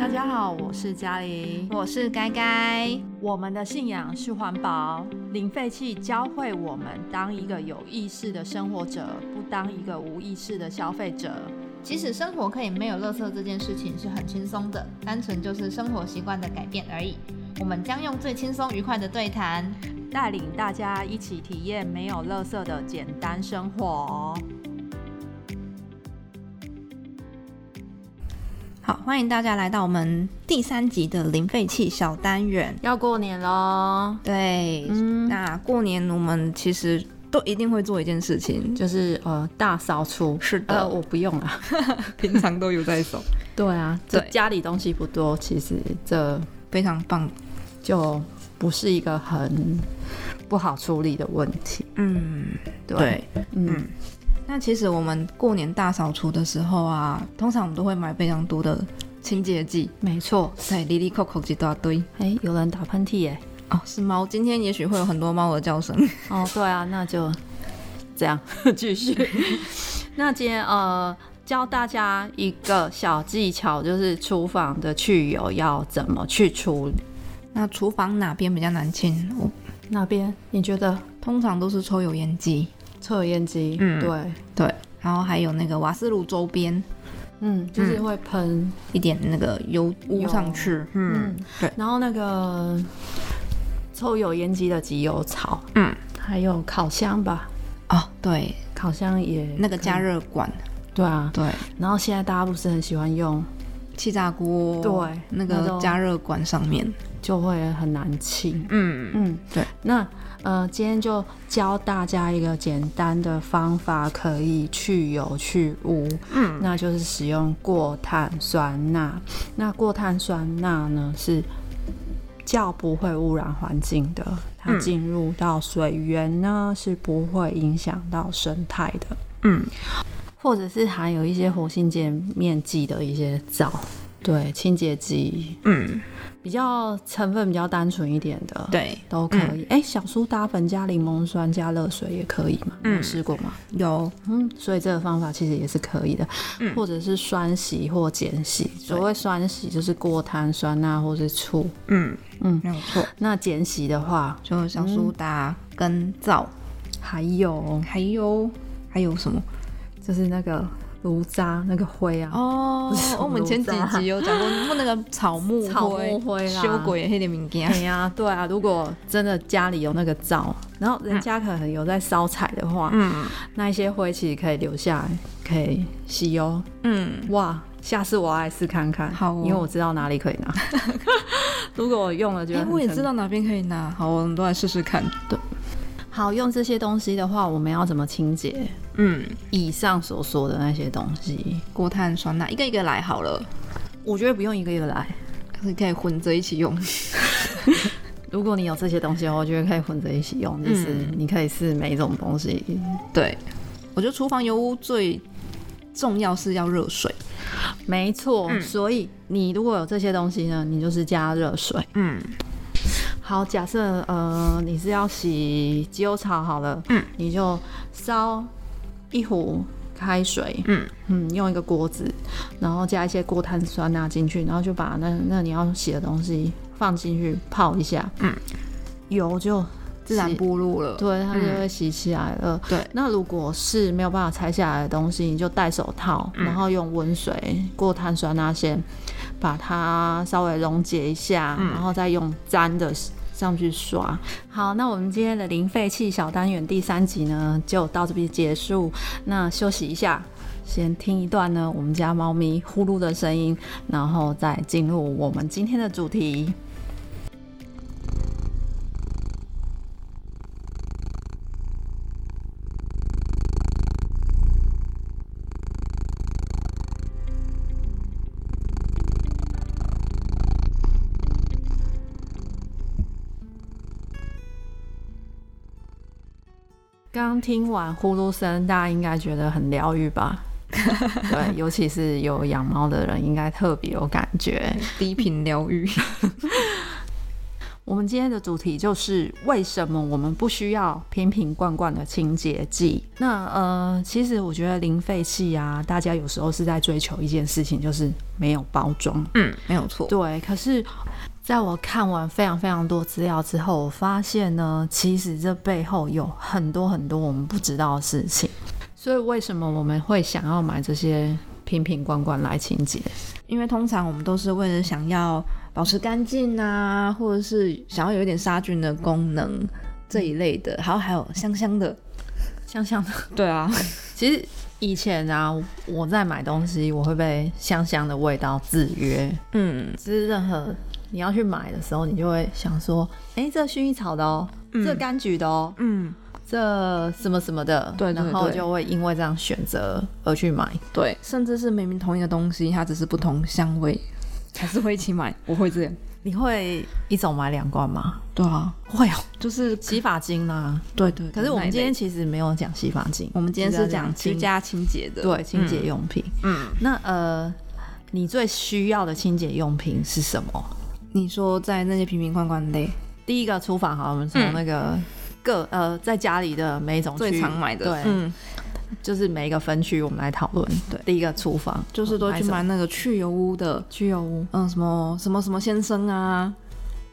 我是嘉玲。我是该该，我们的信仰是环保，零废弃教会我们当一个有意识的生活者，不当一个无意识的消费者。其实生活可以没有垃圾这件事情是很轻松的，单纯就是生活习惯的改变而已。我们将用最轻松愉快的对谈，带领大家一起体验没有垃圾的简单生活。好，欢迎大家来到我们第三集的零废弃小单元。要过年喽，对，嗯，那过年我们其实都一定会做一件事情，就是呃大扫除。是呃，我不用 啊。平常都有在手，对啊，这对家里东西不多，其实这 非常棒。就不是一个很不好处理的问题。嗯，对，嗯那其实我们过年大扫除的时候啊，通常我们都会买非常多的清洁剂，没错。对，里里扣扣一大堆。哎，有人打喷嚏耶！哦，是猫，今天也许会有很多猫的叫声。哦，对啊，那就这样 继 续。那今天呃，教大家一个小技巧，就是厨房的去油要怎么去处理。 那厨房哪边比较难清？我那边你觉得通常都是抽油烟机，抽油烟机？嗯对，对，然后还有那个瓦斯炉周边嗯，就是会喷。一点那个油污上去。嗯，对，然后那个抽油烟机的集油槽，嗯，还有烤箱吧，哦，对，烤箱也那个加热，热管，对啊。嗯对，然后现在大家不是很喜欢用，气炸锅，对那那个种加热管上面。就会很难清。嗯，嗯，对。那呃，今天就教大家一个简单的方法，可以去油去污。嗯，那就是使用过碳酸钠。那过碳酸钠呢是较不会污染环境的，它嗯进入到水源呢是不会影响到生态的。嗯，或者是含有一些活性界面剂的一些皂，对，清洁剂嗯，比较成分比较单纯一点的，对，都可嗯以。哎、小苏打粉加柠檬酸加热水也可以嘛？嗯你有试过吗？有，嗯，所以这个方法其实也是可以的，嗯或者是酸洗或碱洗。所谓酸洗就是过碳酸钠或是醋，嗯嗯没有错，那碱洗的话就小苏打跟皂，还有还有还有什么？就是那个炉渣那个灰啊，哦什么我们前几渣集有讲过，那个草木灰、草木灰啦修鬼黑点物件哎，呀，对啊，如果真的家里有那个灶，然后人家可能有在烧柴的话，嗯 那一些灰其实可以留下来，可以洗哦。嗯，哇，下次我要来试看看，好哦因为我知道哪里可以拿。 如果我用了觉哎、得很我也成知道哪边可以拿，好，我们都来试试看。好用这些东西的话，我们要怎么清洁？嗯，以上所说的那些东西，过碳酸钠一个一个来好了，我觉得不用一个一个来。可以可以混着一起用。如果你有这些东西的话，我觉得可以混着一起用，就是你可以试每一种东西。对，我觉得厨房油污最重要是要热水。没错，嗯所以你如果有这些东西呢，你就是加热水。嗯好，假设呃你是要洗鸡油草好了，嗯，你就烧一壶开水，嗯嗯，用一个锅子，然后加一些过碳酸钠进去，然后就把那那你要洗的东西放进去泡一下，嗯，油就自然洗剥落了。对，它就嗯会洗起来了。对那如果是没有办法拆下来的东西，你就戴手套，嗯然后用温水过碳酸钠先把它稍微溶解一下，嗯然后再用粘的上去刷。好，那我们今天的零废弃小单元第三集呢，就到这边结束。那休息一下。先听一段呢，我们家猫咪呼噜的声音，然后再进入我们今天的主题。刚听完呼噜声，大家应该觉得很疗愈吧？对，尤其是有养猫的人，应该特别有感觉。低频疗愈。我们今天的主题就是为什么我们不需要瓶瓶罐罐的清洁剂？那呃，其实我觉得零废弃啊，大家有时候是在追求一件事情，就是没有包装。嗯，没有错。对，可是在我看完非常非常多资料之后，我发现呢，其实这背后有很多很多我们不知道的事情。所以为什么我们会想要买这些瓶瓶罐罐来清洁？因为通常我们都是为了想要保持干净啊，或者是想要有一点杀菌的功能这一类的，还有还有香香的，香香的，对啊， 其实以前啊，我在买东西，我会被香香的味道制约。 嗯，就是任何你要去买的时候，你就会想说，哎、这薰衣草的哦，这柑橘的哦，嗯，这什么什么的，对对然后对就会因为这样选择而去买。对，甚至是明明同一个东西，它只是不同香味，还是会一起 买。我会这样。你会一种买两罐吗？对啊，会哦，就是洗发精啦、对对可是我们今，那一天类其实没有讲洗发精，我们今天是讲居清家清洁的，对清洁用品。嗯，那呃，你最需要的清洁用品是什么？你说在那些瓶瓶罐罐类，第一个厨房哈，我们从那个各、呃在家里的每一种嗯最区常买的，对，嗯，就是每一个分区我们来讨论。对第一个厨房就是都去什么买那个去油屋的，居油屋，嗯，什么什么什么先生啊，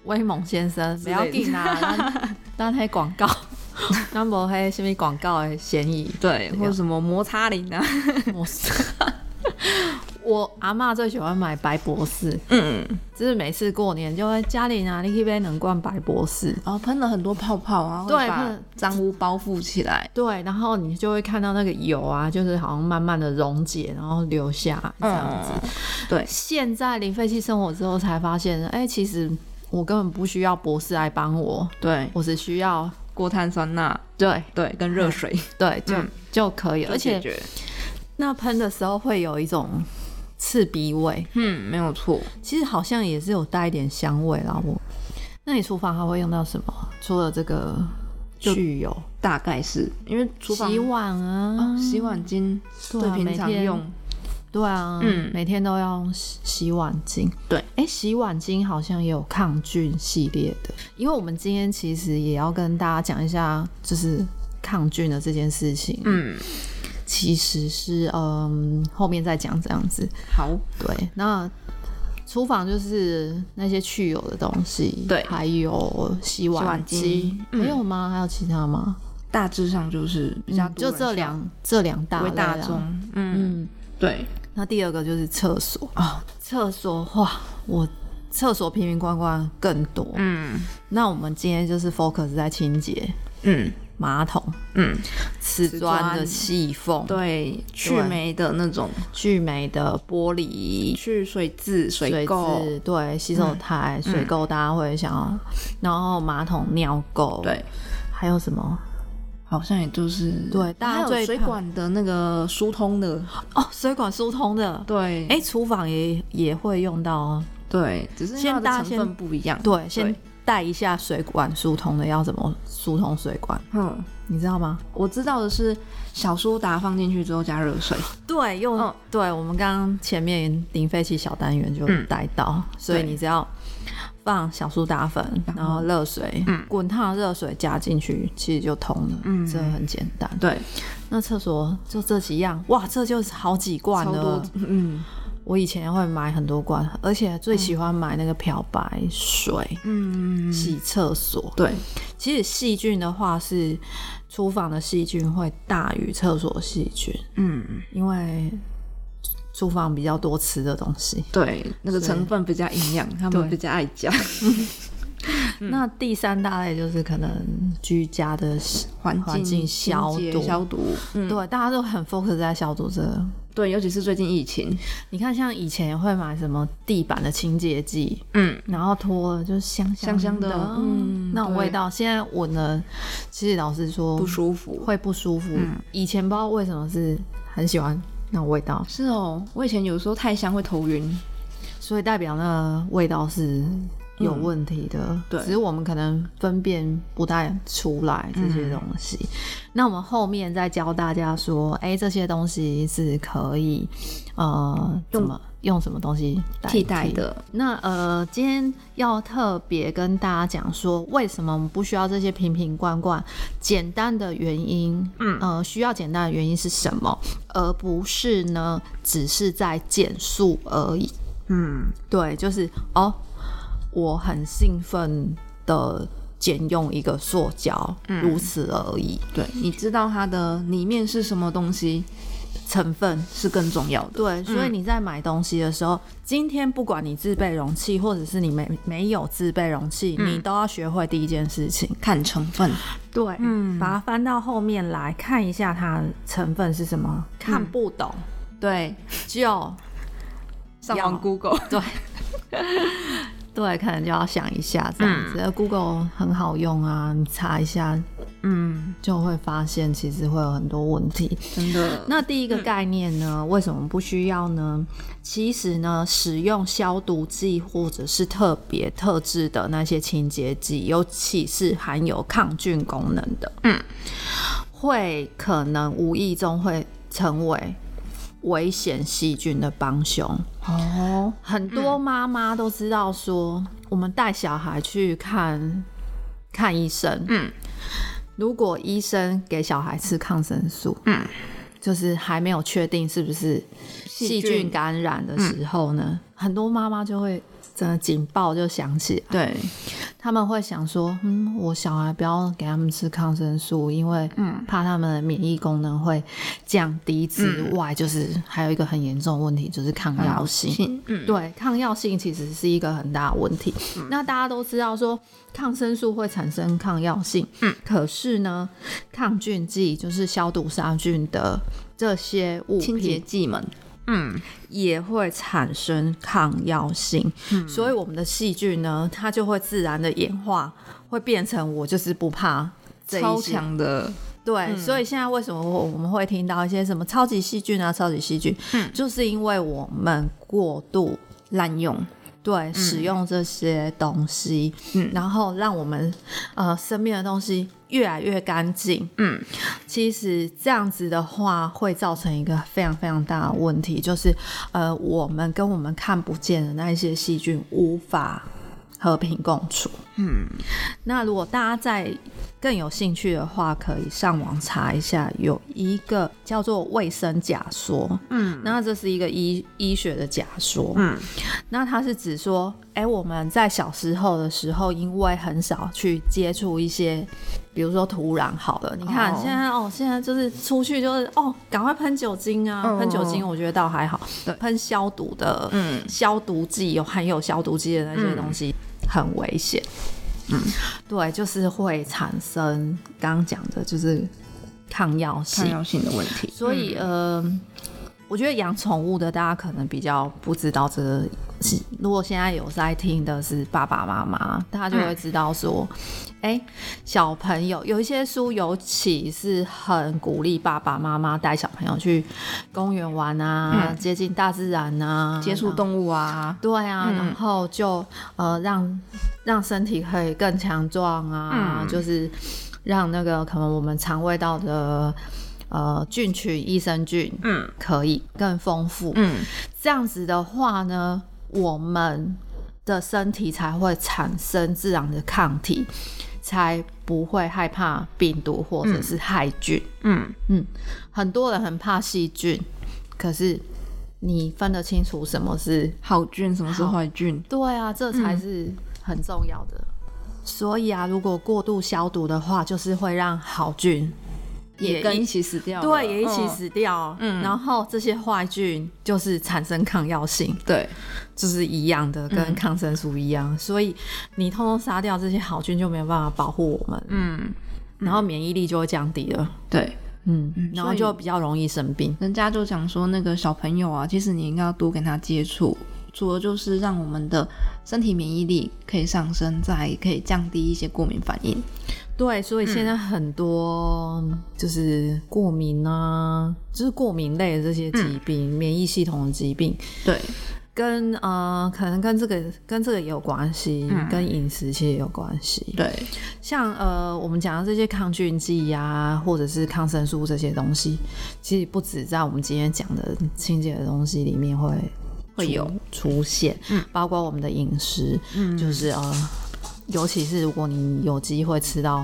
威猛先生不类的要进啊，咱咱黑广告， 咱无黑什么广告的嫌疑。对，这个或者什么摩擦林 啊，我 我阿嬷最喜欢买白博士，嗯，就是每次过年就会家里拿你去买两罐白博士。然后哦喷了很多泡泡啊，会对把喷脏污包覆起来，对，然后你就会看到那个油啊，就是好像慢慢的溶解，然后流下嗯来这样子。对，嗯现在零废弃生活之后才发现，哎、其实我根本不需要博士来帮我，对，我只需要过碳酸钠，对对，跟热水，对就、嗯就可以了。而就解且决那喷的时候会有一种刺鼻味，嗯，没有错，其实好像也是有带一点香味啦。我，那你厨房还会用到什么？除了这个去油、大概是因为厨房洗碗啊，啊洗碗巾对对啊平常每天用，对啊，嗯每天都要用洗洗碗巾。对哎、洗碗巾好像也有抗菌系列的，因为我们今天其实也要跟大家讲一下，就是抗菌的这件事情。，嗯，其实是嗯后面再讲这样子。好，对，那厨房就是那些去油的东西，对还有洗碗洗机碗巾，嗯还有吗？还有其他吗？大致上就是比较嗯多就人这需要两这两大为类大啦众，嗯，嗯，对，那第二个就是厕所。哦，厕所哇，我厕所瓶瓶罐罐更多。嗯那我们今天就是 focus 在清洁嗯马桶、嗯，瓷砖的瓷砖细缝、对，去霉的那种，聚镁的玻璃、去水渍、水垢，嗯渍，对，洗手台、水垢，大家会想要，然后马桶尿垢，，对，还有什么？好像也就是对大家还有最水怕管的那个疏通的，哦，水管疏通的，对，哎，厨房也也会用到哦。对，只是因为它先搭的成先分不一样，对，先带一下水管疏通的要怎么疏通水管，嗯，你知道吗？我知道的是小苏打放进去之后加热水，对，用、嗯对我们刚刚前面零废弃小单元就带到，所以嗯对你只要放小苏打粉，然后嗯热水，滚烫的热水加进去，其实就通了，嗯这很简单。对，那厕所就这几样，哇，这就是好几罐超了多。，嗯我以前会买很多罐，而且最喜欢买那个漂白水、嗯，洗厕所。对，其实细菌的话是厨房的细菌会大于厕所的细菌，嗯因为厨房比较多吃的东西。对，那个成分比较营养，他们对比较爱加嗯那第三大类就是可能居家的环环境境消清洁毒，消毒，嗯，对，大家都很 focus 在消毒这个。对，尤其是最近疫情，你看，像以前也会买什么地板的清洁剂，嗯，然后拖了就是香香香的的，嗯那种对味道。现在闻了，其实老实说不舒嗯服。会不舒服。以前不知道为什么是很喜欢那种味道，是哦，我以前有时候太香会头晕，所以代表那味道是有问题的，嗯对只是我们可能分辨不太出来这嗯些东西。那我们后面再教大家说，哎、这些东西是可以呃怎么用什么东西代替代。的，那呃，今天要特别跟大家讲说，为什么我们不需要这些瓶瓶罐罐？简单的原因，嗯呃，需要简单的原因是什么？而不是呢，只是在减速而已。嗯，对，就是哦，我很兴奋的减用一个塑胶，如此而已。嗯对，你知道它的里面是什么东西成分是更重要的，对，所以你在买东西的时候，今天不管你自备容器，或者是你没没有自备容器，嗯你都要学会第一件事情，看成分，对，把它翻到后面来看一下它的成分是什么，嗯看不懂、对，就上要网 Google，对。对，可能就要想一下这样子。而 Google 很好用啊，你查一下嗯，就会发现，其实会有很多问题。真的，那第一个概念呢，为什么不需要呢？其实呢，使用消毒剂或者是特别特制的那些清洁剂，尤其是含有抗菌功能的，嗯，会可能无意中会成为危险细菌的帮凶。哦，很多妈妈都知道说，我们带小孩去看看医生，嗯，如果医生给小孩吃抗生素，嗯，就是还没有确定是不是细菌感染的时候呢，嗯很多妈妈就会真的警报就响起来，对，他们会想说，嗯，我小孩不要给他们吃抗生素，因为嗯怕他们的免疫功能会降低之外，就是还有一个很严重的问题就是抗药性。嗯，对，嗯抗药性其实是一个很大的问题。那大家都知道说，抗生素会产生抗药性，嗯，可是呢，抗菌剂就是消毒杀菌的这些物清洁品剂们，嗯，也会产生抗药性，所以我们的细菌呢，它就会自然的演化，会变成我就是不怕。这超一些强的，对，嗯所以现在为什么我我们会听到一些什么超级细菌啊、超级细菌，嗯就是因为我们过度滥用，对，使用这些东西，嗯然后让我们呃身边的东西越来越干净。嗯，其实这样子的话，会造成一个非常非常大的问题，就是呃，我们跟我们看不见的那一些细菌无法和平共处。嗯，那如果大家在更有兴趣的话，可以上网查一下，有一个叫做卫生假说。嗯，那这是一个医医学的假说。嗯，那它是指说，哎、我们在小时候的时候，因为很少去接触一些，比如说土壤好了，你看、哦现在哦，现在就是出去就是哦，赶快喷酒精啊，嗯喷、酒精我觉得倒还好，对喷消毒的，嗯消毒剂有含有消毒剂的那些东西、很危险。嗯，对，就是会产生刚刚讲的，就是抗药性抗，药性的嗯问题，所以、呃，我觉得养宠物的大家可能比较不知道这个。如果现在有在听的是爸爸妈妈，他就会嗯知道说，哎、小朋友有一些书，尤其是很鼓励爸爸妈妈带小朋友去公园玩啊，接近大自然啊，嗯接触然后动物啊，对啊，嗯然后就呃让让身体可以更强壮啊，嗯就是让那个可能我们肠胃道的呃菌群益生菌嗯可以更丰富。嗯，这样子的话呢，我们的身体才会产生自然的抗体，才不会害怕病毒或者是害菌。嗯嗯，很多人很怕细菌，可是你分得清楚什么是好菌什么是坏菌？对啊，这才是很重要的。所以啊，如果过度消毒的话，就是会让好菌也跟一起死掉了，对也一起嗯，死掉，嗯然后这些坏菌就是产生抗药性，对，嗯就是一样的，跟抗生素一样。所以你通通杀掉这些好菌，就没有办法保护我们，嗯然后免疫力就会降低了，对，嗯，然后所以就比较容易生病。人家就讲说那个小朋友啊，其实你应该要多跟他接触，除了就是让我们的身体免疫力可以上升，再来也可以降低一些过敏反应。对，所以现在很多就是过敏啊，就是过敏类的这些疾病，免疫系统的疾病，对，跟呃，可能跟这个跟这个也有关系，跟饮食其实也有关系。对，像呃，我们讲的这些抗菌剂呀、或者是抗生素这些东西，其实不止在我们今天讲的清洁的东西里面会会有嗯出现，包括我们的饮食，就是呃，尤其是如果你有机会吃到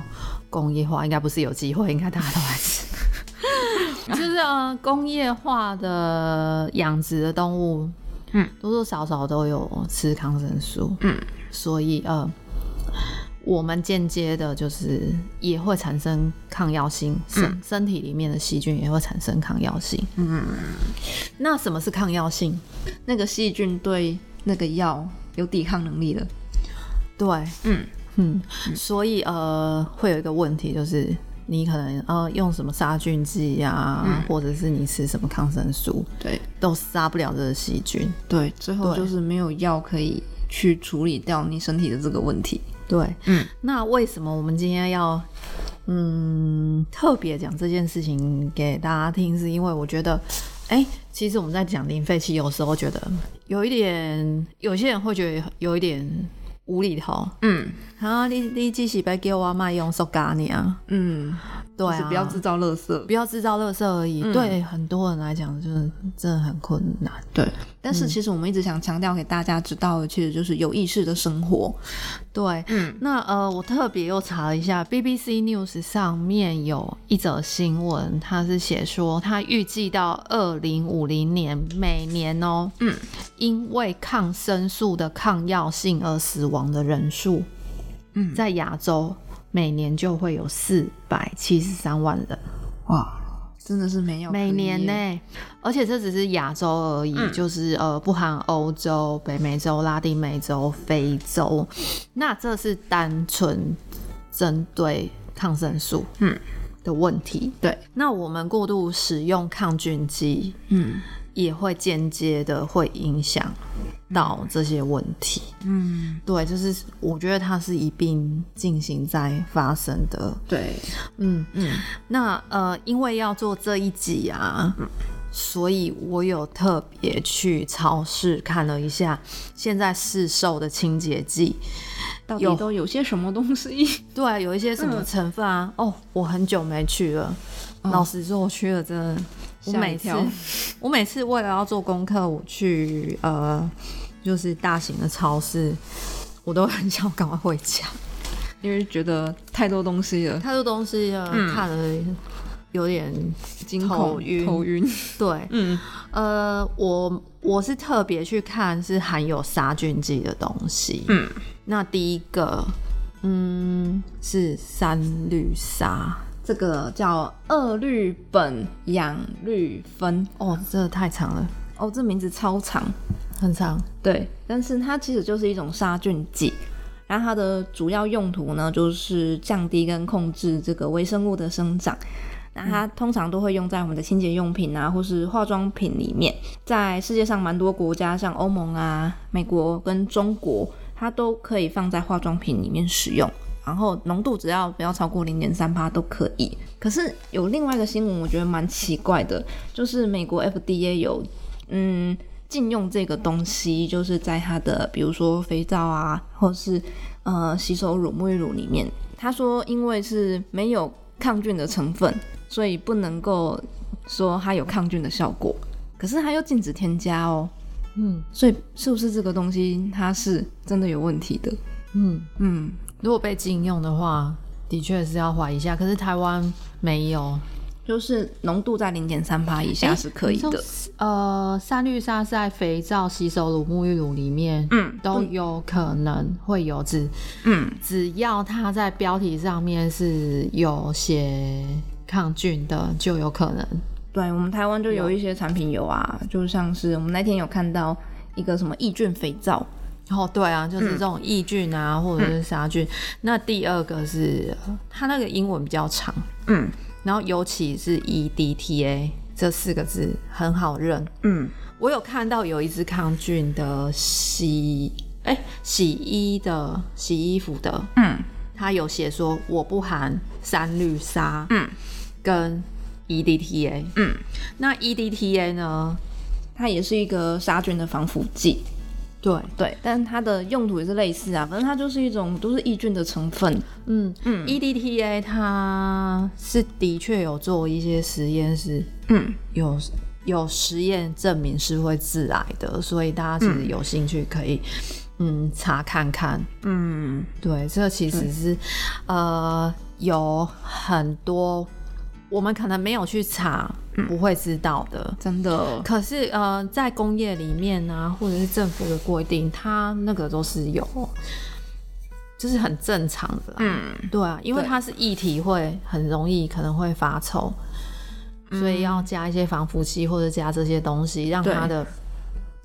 工业化，应该不是有机会，应该大家都来 吃。就是呃，工业化的养殖的动物，嗯，多多少少都有吃抗生素，嗯，所以呃，我们间接的就是也会产生抗药性，身、嗯身体里面的细菌也会产生抗药性。嗯，那什么是抗药性？那个细菌对那个药有抵抗能力了。对，嗯嗯，所以呃，会有一个问题就是。你可能呃用什么杀菌剂呀、嗯或者是你吃什么抗生素，对都杀不了这个细菌。对，最后对就是没有药可以去处理掉你身体的这个问题。对，嗯，那为什么我们今天要嗯特别讲这件事情给大家听？是因为我觉得，哎、其实我们在讲零废弃，有时候觉得有一点，有些人会觉得有一点无厘头。嗯啊，你你只是被给我卖用塑胶你啊？嗯，对就是啊，不要嗯制造垃圾。不要制造垃圾而已。对很多人来讲，就是真的很困难。对，嗯但是其实我们一直想强调给大家知道的，其实就是有意识的生活。对，嗯，那呃，我特别又查了一下，BBC News 上面有一则新闻，它是写说，它预计到二零五零年每年哦、嗯，因为抗生素的抗药性而死亡的人数，嗯在亚洲每年就会有四百七十三万人，哇，真的是没有每年呢、而且这只是亚洲而已，嗯就是呃不含欧洲、北美洲、拉丁美洲、非洲，那这是单纯针对抗生素嗯的问题。对，那我们过度使用抗菌剂，嗯也会间接的会影响到这些问题。嗯，对，就是我觉得它是一并进行在发生的。对，嗯，嗯那呃，因为要做这一集啊，所以我有特别去超市看了一下现在市售的清洁剂，到有底都有些什么东西？对，啊有一些什么成分啊？哦，我很久没去了，老实说，我去了真的，哦我吓一每次跳 我每次为了要做功课，我去呃，就是大型的超市。我都很想赶快回家，因为觉得太多东西了，太多东西了，看了有点惊头恐晕头晕。对，嗯呃，我我是特别去看是含有杀菌剂的东西。嗯，那第一个，嗯，是三氯沙。这个叫二氯苯氧氯酚。哦，这个太长了，哦，这名字超长。很长。对，但是它其实就是一种杀菌剂。然后它的主要用途呢，就是降低跟控制这个微生物的生长。那它通常都会用在我们的清洁用品啊，或是化妆品里面。在世界上蛮多国家，像欧盟啊、美国跟中国，它都可以放在化妆品里面使用。然后浓度只要不要超过零点三八都可以。可是有另外一个新闻，我觉得蛮奇怪的，就是美国 FDA 有嗯禁用这个东西，就是在它的比如说肥皂啊，或是呃洗手乳、沐浴乳里面。他说，因为是没有抗菌的成分，所以不能够说它有抗菌的效果。可是它又禁止添加哦，嗯所以是不是这个东西它是真的有问题的？嗯，嗯，如果被禁用的话，的确是要怀疑一下。可是台湾没有，就是浓度在零点三八以下是可以的。呃，三氯沙是在肥皂、洗手乳、沐浴乳里面，嗯都有可能会有只嗯只要它在标题上面是有写抗菌的，就有可能。对我们台湾就有一些产品有啊，就像是我们那天有看到一个什么抑菌肥皂，哦，对啊，就是这种抑菌啊，或者是杀菌。那第二个是它那个英文比较长，嗯然后尤其是 E EDTA 这四个字很好认。嗯我有看到有一支抗菌的洗，哎、洗衣的洗衣服的，嗯它有写说我不含三氯沙，嗯，跟 E EDTA，嗯，那 E EDTA 呢？它也是一个杀菌的防腐剂，对，对，但它的用途也是类似啊，反正它就是一种都是抑菌的成分，嗯嗯，EDTA 它是的确有做一些实验是嗯有有实验证明是会致癌的，所以大家其实有兴趣可以嗯查看看。嗯，对，这其实是呃有很多我们可能没有去查，嗯不会知道的。真的，可是呃，在工业里面啊，或者是政府的规定，它那个都是有，就是很正常的啦。嗯，对啊，因为对它是液体，会很容易可能会发臭，所以要加一些防腐剂或者加这些东西，让嗯对它的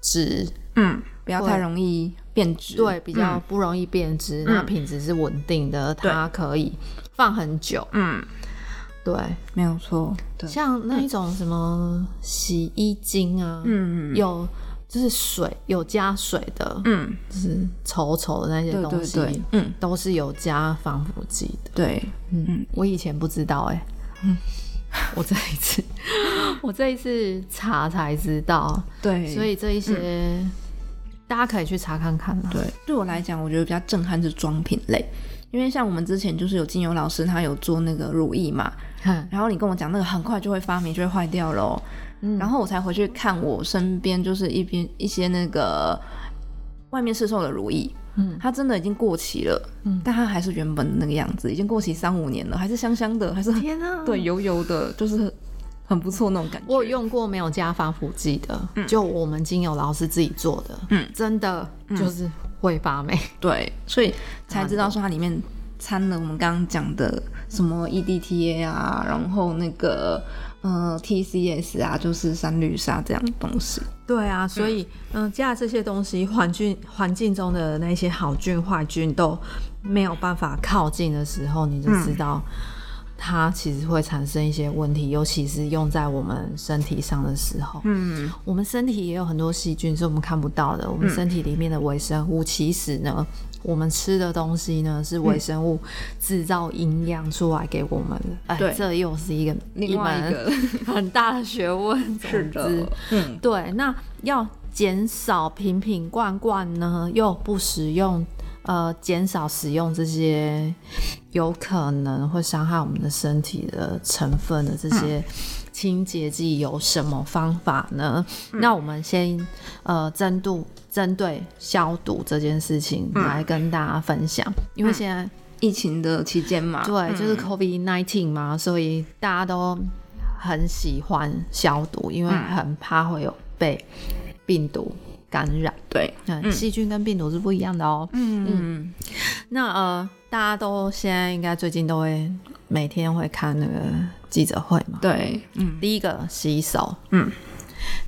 值嗯，不要会太容易变质，嗯对比较不容易变质，那品质是稳定的，它可以放很久。嗯，对，没有错，对，像那一种什么洗衣精啊，嗯有就是水有加水的，嗯，就是稠稠的那些对东对西，对，嗯都是有加防腐剂的。对，嗯，我以前不知道哎、嗯 我这一次我这一次查才知道，对，嗯所以这一些、大家可以去查看看啦。对，对我来讲，我觉得比较震撼是妆品类，因为像我们之前就是有精油老师，他有做那个乳液嘛，哼，然后你跟我讲那个很快就会发霉，就会坏掉咯。然后我才回去看我身边就是一边一些那个外面市售的乳液，嗯，它真的已经过期了，嗯，但它还是原本的那个样子，已经过期三五年了，还是香香的，还是 天啊，对油油的，就是很不错那种感觉。我有用过没有加防腐剂的，就我们精油老师自己做的，嗯真的就是会发霉。对，所以才知道说它里面掺了我们刚刚讲的什么 E EDTA 啊，然后那个呃 TCS 啊，就是三氯沙这样的东西。对啊，所以嗯、加了这些东西，环境环境中的那些好菌坏菌都没有办法靠近的时候，你就嗯知道它其实会产生一些问题，尤其是用在我们身体上的时候。嗯，我们身体也有很多细菌是我们看不到的，我们身体里面的微生物，其实呢，我们吃的东西呢嗯是微生物制造营养出来给我们的。哎、对这又是一个另外一个门 很大的学问。是总之的，嗯，对，那要减少瓶瓶罐罐呢，又不使用，呃，减少使用这些有可能会伤害我们的身体的成分的这些清洁剂，有什么方法呢？那我们先呃，针对针对消毒这件事情来跟大家分享，因为现在。疫情的期间嘛，嗯对，就是 COVID nineteen 嘛，所以大家都很喜欢消毒，因为嗯很怕会有被病毒感染。对，嗯，细菌跟病毒是不一样的哦。嗯那呃，大家都现在应该最近都会每天会看那个记者会嘛。对，嗯第一个洗手，嗯，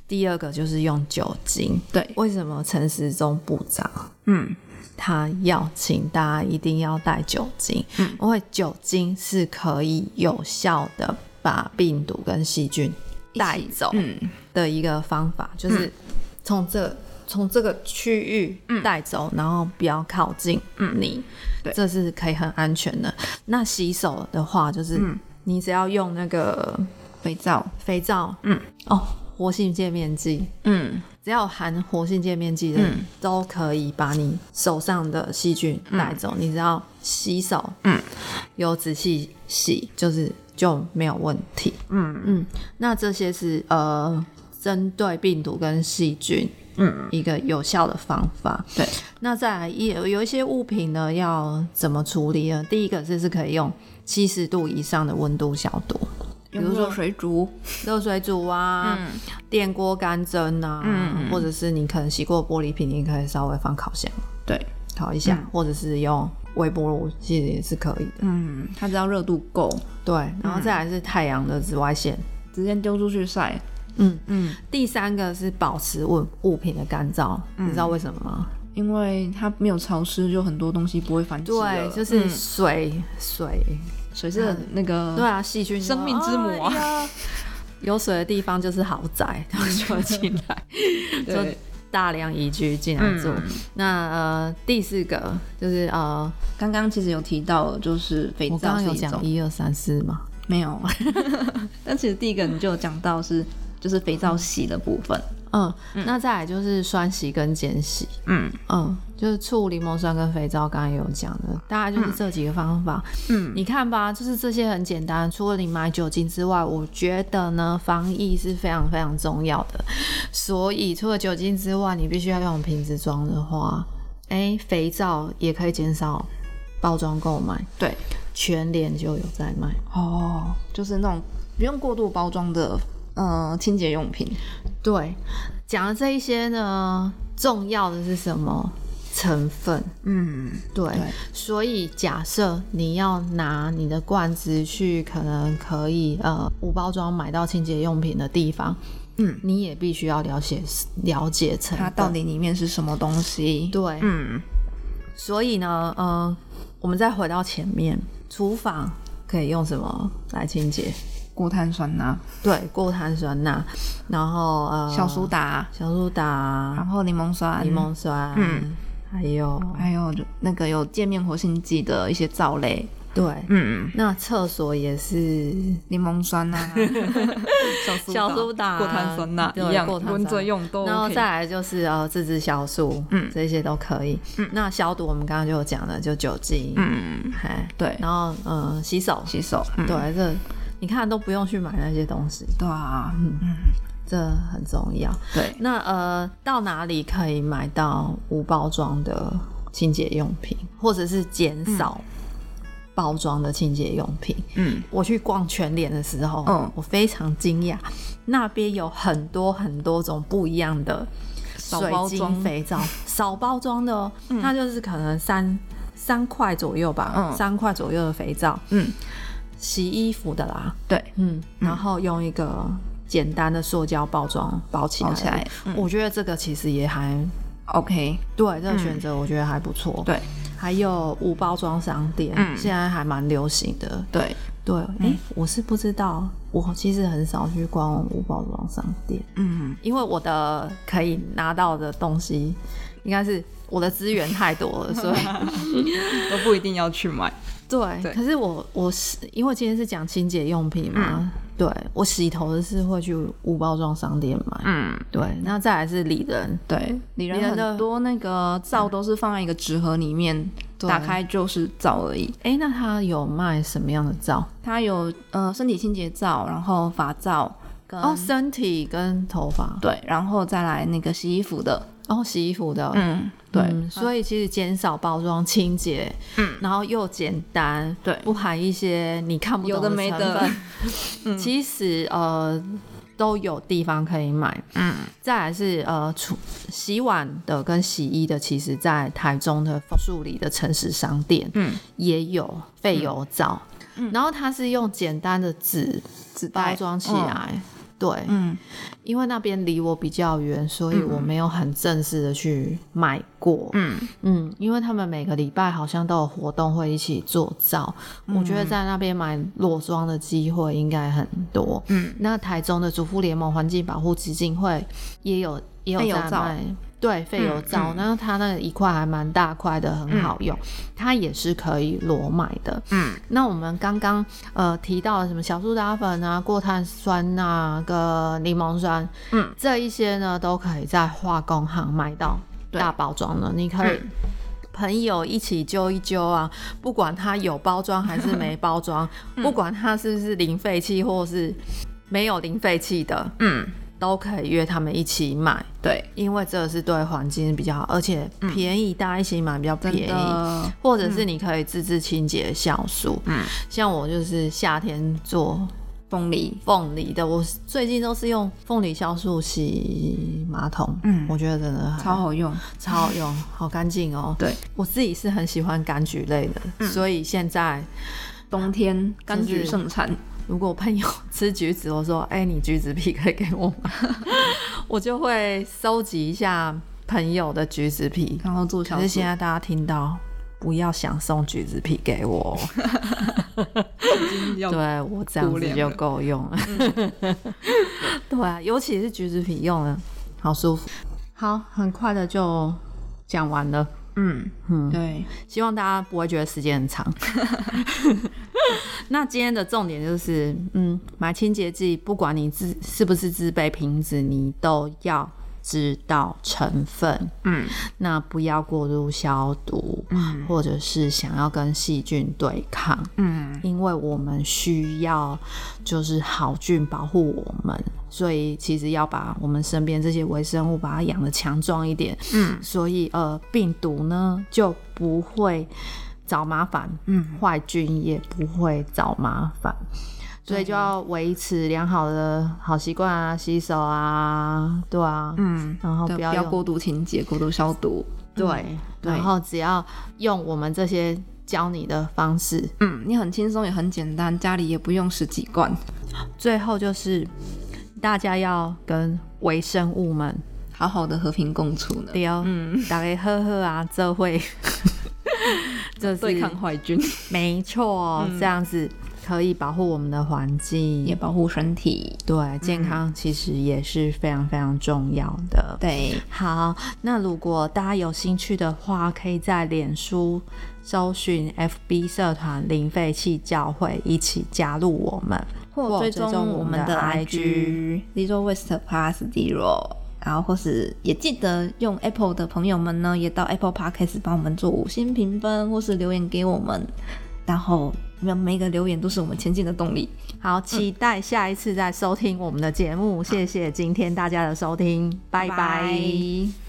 第二个就是用酒精。对，为什么陈时中部长嗯他要请大家一定要带酒精，嗯因为酒精是可以有效的把病毒跟细菌带走嗯的一个方法，就是从这从这个区域带走，然后不要靠近你，嗯对这是可以很安全的。那洗手的话，就是你只要用那个嗯肥皂，肥皂，嗯，哦，活性界面剂，嗯只要有含活性界面剂的，嗯都可以把你手上的细菌带走。你只要洗手，嗯，有仔细洗，就是就没有问题。嗯嗯，那这些是呃，针对病毒跟细菌嗯，一个有效的方法。对，那再来也有有一些物品呢，要怎么处理呢？第一个就是可以用七十度以上的温度消毒，比如说水煮，热水煮啊，电锅干蒸啊，嗯或者是你可能洗过玻璃瓶，你可以稍微放烤箱对，烤一下，或者是用微波炉，其实也是可以的。嗯，它只要热度够，对，嗯然后再来是太阳的紫外线。直接丢出去晒，嗯，嗯，第三个是保持物物品的干燥，嗯你知道为什么吗？因为它没有潮湿，就很多东西不会繁殖了。对，就是嗯水、水，水是很那个对啊，细菌生命之母啊哎呀 有水的地方就是豪宅，他们就会进 来，就对大量移居进来住。那呃，第四个就是呃，刚刚其实有提到，就是肥我刚刚皂是有一讲种，一二三四嘛，没有。 但其实第一个你就有讲到是，就是肥皂洗的部分。嗯嗯，那再来就是酸洗跟碱洗，嗯，嗯，就是醋、柠檬酸跟肥皂，刚刚也有讲的，大概就是这几个方法。嗯，你看吧，就是这些很简单。除了你买酒精之外，我觉得呢，防疫是非常非常重要的。所以除了酒精之外，你必须要用瓶子装的话，哎、肥皂也可以减少包装购买，对，全脸就有在卖。哦，就是那种不用过度包装的，呃，清洁用品。对，讲的这一些呢，重要的是什么？成分嗯，对，对所以假设你要拿你的罐子去，可能可以呃无包装买到清洁用品的地方，嗯，你也必须要了解了解成它分到底里面是什么东西？对，嗯，所以呢，嗯、我们再回到前面，厨房可以用什么来清洁？过碳酸啊钠、对，过碳酸钠，然后呃小苏打，啊小苏打然、后柠檬酸、柠，檬酸，嗯，还有还有那个有界面活性剂的一些皂类。对，嗯，那厕所也是柠檬酸 啊，小苏打过啊碳酸啊钠对一样，过碳酸闻着用都 OK。然后再来就是呃，自制酵素，嗯这些都可以。那消毒我们刚刚就有讲了，就酒精，嗯，哎，对然后嗯、呃洗手，洗手，嗯对，这你看都不用去买那些东西，对啊，这很重要。对，那呃，到哪里可以买到无包装的清洁用品，或者是减少包装的清洁用品？嗯，我去逛全联的时候，嗯我非常惊讶，那边有很多很多种不一样的少水包晶装肥皂，少包装的哦，那就是可能三三块左右吧，嗯三块左右的肥皂，嗯，洗衣服的啦，对，嗯，然后用一个简单的塑胶包装包起来，包起来嗯我觉得这个其实也还，OK，对，这个选择我觉得还不错，嗯对，还有无包装商店，嗯现在还蛮流行的，对，对，哎、我是不知道，我其实很少去逛无包装商店，嗯，因为我的可以拿到的东西，应该是我的资源太多了， 所以都不一定要去买。对。对可是我我是因为今天是讲清洁用品嘛，对我洗头的是会去无包装商店买，嗯，对。那再来是理人，对，里里人仁的很多那个皂都是放在一个纸盒里面，对打开就是皂而已。哎、那他有卖什么样的皂？它有呃身体清洁皂，然后发皂跟、哦，身体跟头发，对，然后再来那个洗衣服的，哦，洗衣服的，嗯，对，嗯所以其实减少包装清洁，嗯，然后又简单，对不含一些你看不懂有的没的嗯成分 其实呃都有地方可以买。嗯，再来是呃，除洗碗的跟洗衣的，其实在台中的枫树里的诚实商店，嗯，也有废油皂，然后它是用简单的纸纸袋包装起，来，对，嗯因为那边离我比较远，所以我没有很正式的去买过。嗯嗯，因为他们每个礼拜好像都有活动会一起做皂，我嗯觉得在那边买裸妆的机会应该很多。嗯，那台中的主妇联盟环境保护基金会也有也有废油嗯在皂卖。对，废油皂，那它那一块还蛮大块的，很好用，它也是可以裸买的。嗯，那我们刚刚呃提到了什么小苏打粉啊、过碳酸钠、跟柠檬酸，嗯，这一些呢都可以在化工行买到对嗯大包装的，你可以。朋友一起揪一揪啊，不管它有包装还是没包装， 嗯不管它是不是零废弃或是没有零废弃的，嗯，都可以约他们一起买，对，因为这是对环境比较好，而且便宜，大家一起买比较嗯真便宜。的，或者是你可以自制清洁酵素，嗯，像我就是夏天做凤梨，凤梨的，我最近都是用凤梨酵素洗马桶，嗯我觉得真的还超好用，超好用，好干净哦。对，嗯我自己是很喜欢柑橘类的，所以现在冬天柑就橘是盛产，如果朋友 吃橘子，我说：“哎、你橘子皮可以给我吗？” 我就会收集一下朋友的橘子皮。然后做可小是吃现在大家听到，不要想送橘子皮给我，哦要对我这样过子量就了够用了。嗯 对啊，尤其是橘子皮用了，好舒服。好，很快的就讲完了，嗯嗯，对，希望大家不会觉得时间很 长。 那今天的重点就是，嗯，买清洁剂，不管你自是不是自备瓶子，你都要知道成分，嗯那不要过度消毒，嗯或者是想要跟细菌对抗，嗯因为我们需要就是好菌保护我们，所以其实要把我们身边这些微生物把它养得强壮一点，嗯所以呃病毒呢就不会找麻烦，嗯，坏菌也不会找麻烦。所以就要维持良好的好习惯啊，洗手啊，对啊，嗯，然后对不不要要用过度清洁、过度消毒。对，对然后只要用我们这些教你的方式，嗯，你很轻松也很简单，家里也不用十几罐。最后就是大家要跟微生物们好好的和平共处呢，聊，嗯，大家呵呵啊，这 会，这是对抗坏菌，没错，这样子可以保护我们的环 也境，保护身体。对健嗯康其实也是非常非常重要的。对，好，那如果大家有兴趣的话，可以在脸书搜寻 FB 社团零废弃教会，一起加入我们，或追踪我们的 IG。 IG zero waste plus zero，然后或是也记得用 Apple 的朋友们呢，也到 Apple Podcast 帮我们做五星评分，或是留言给我们。然后你们每一个留言都是我们前进的动力。好，期待下一次再收听我们的节目。谢谢今天大家的收听，拜拜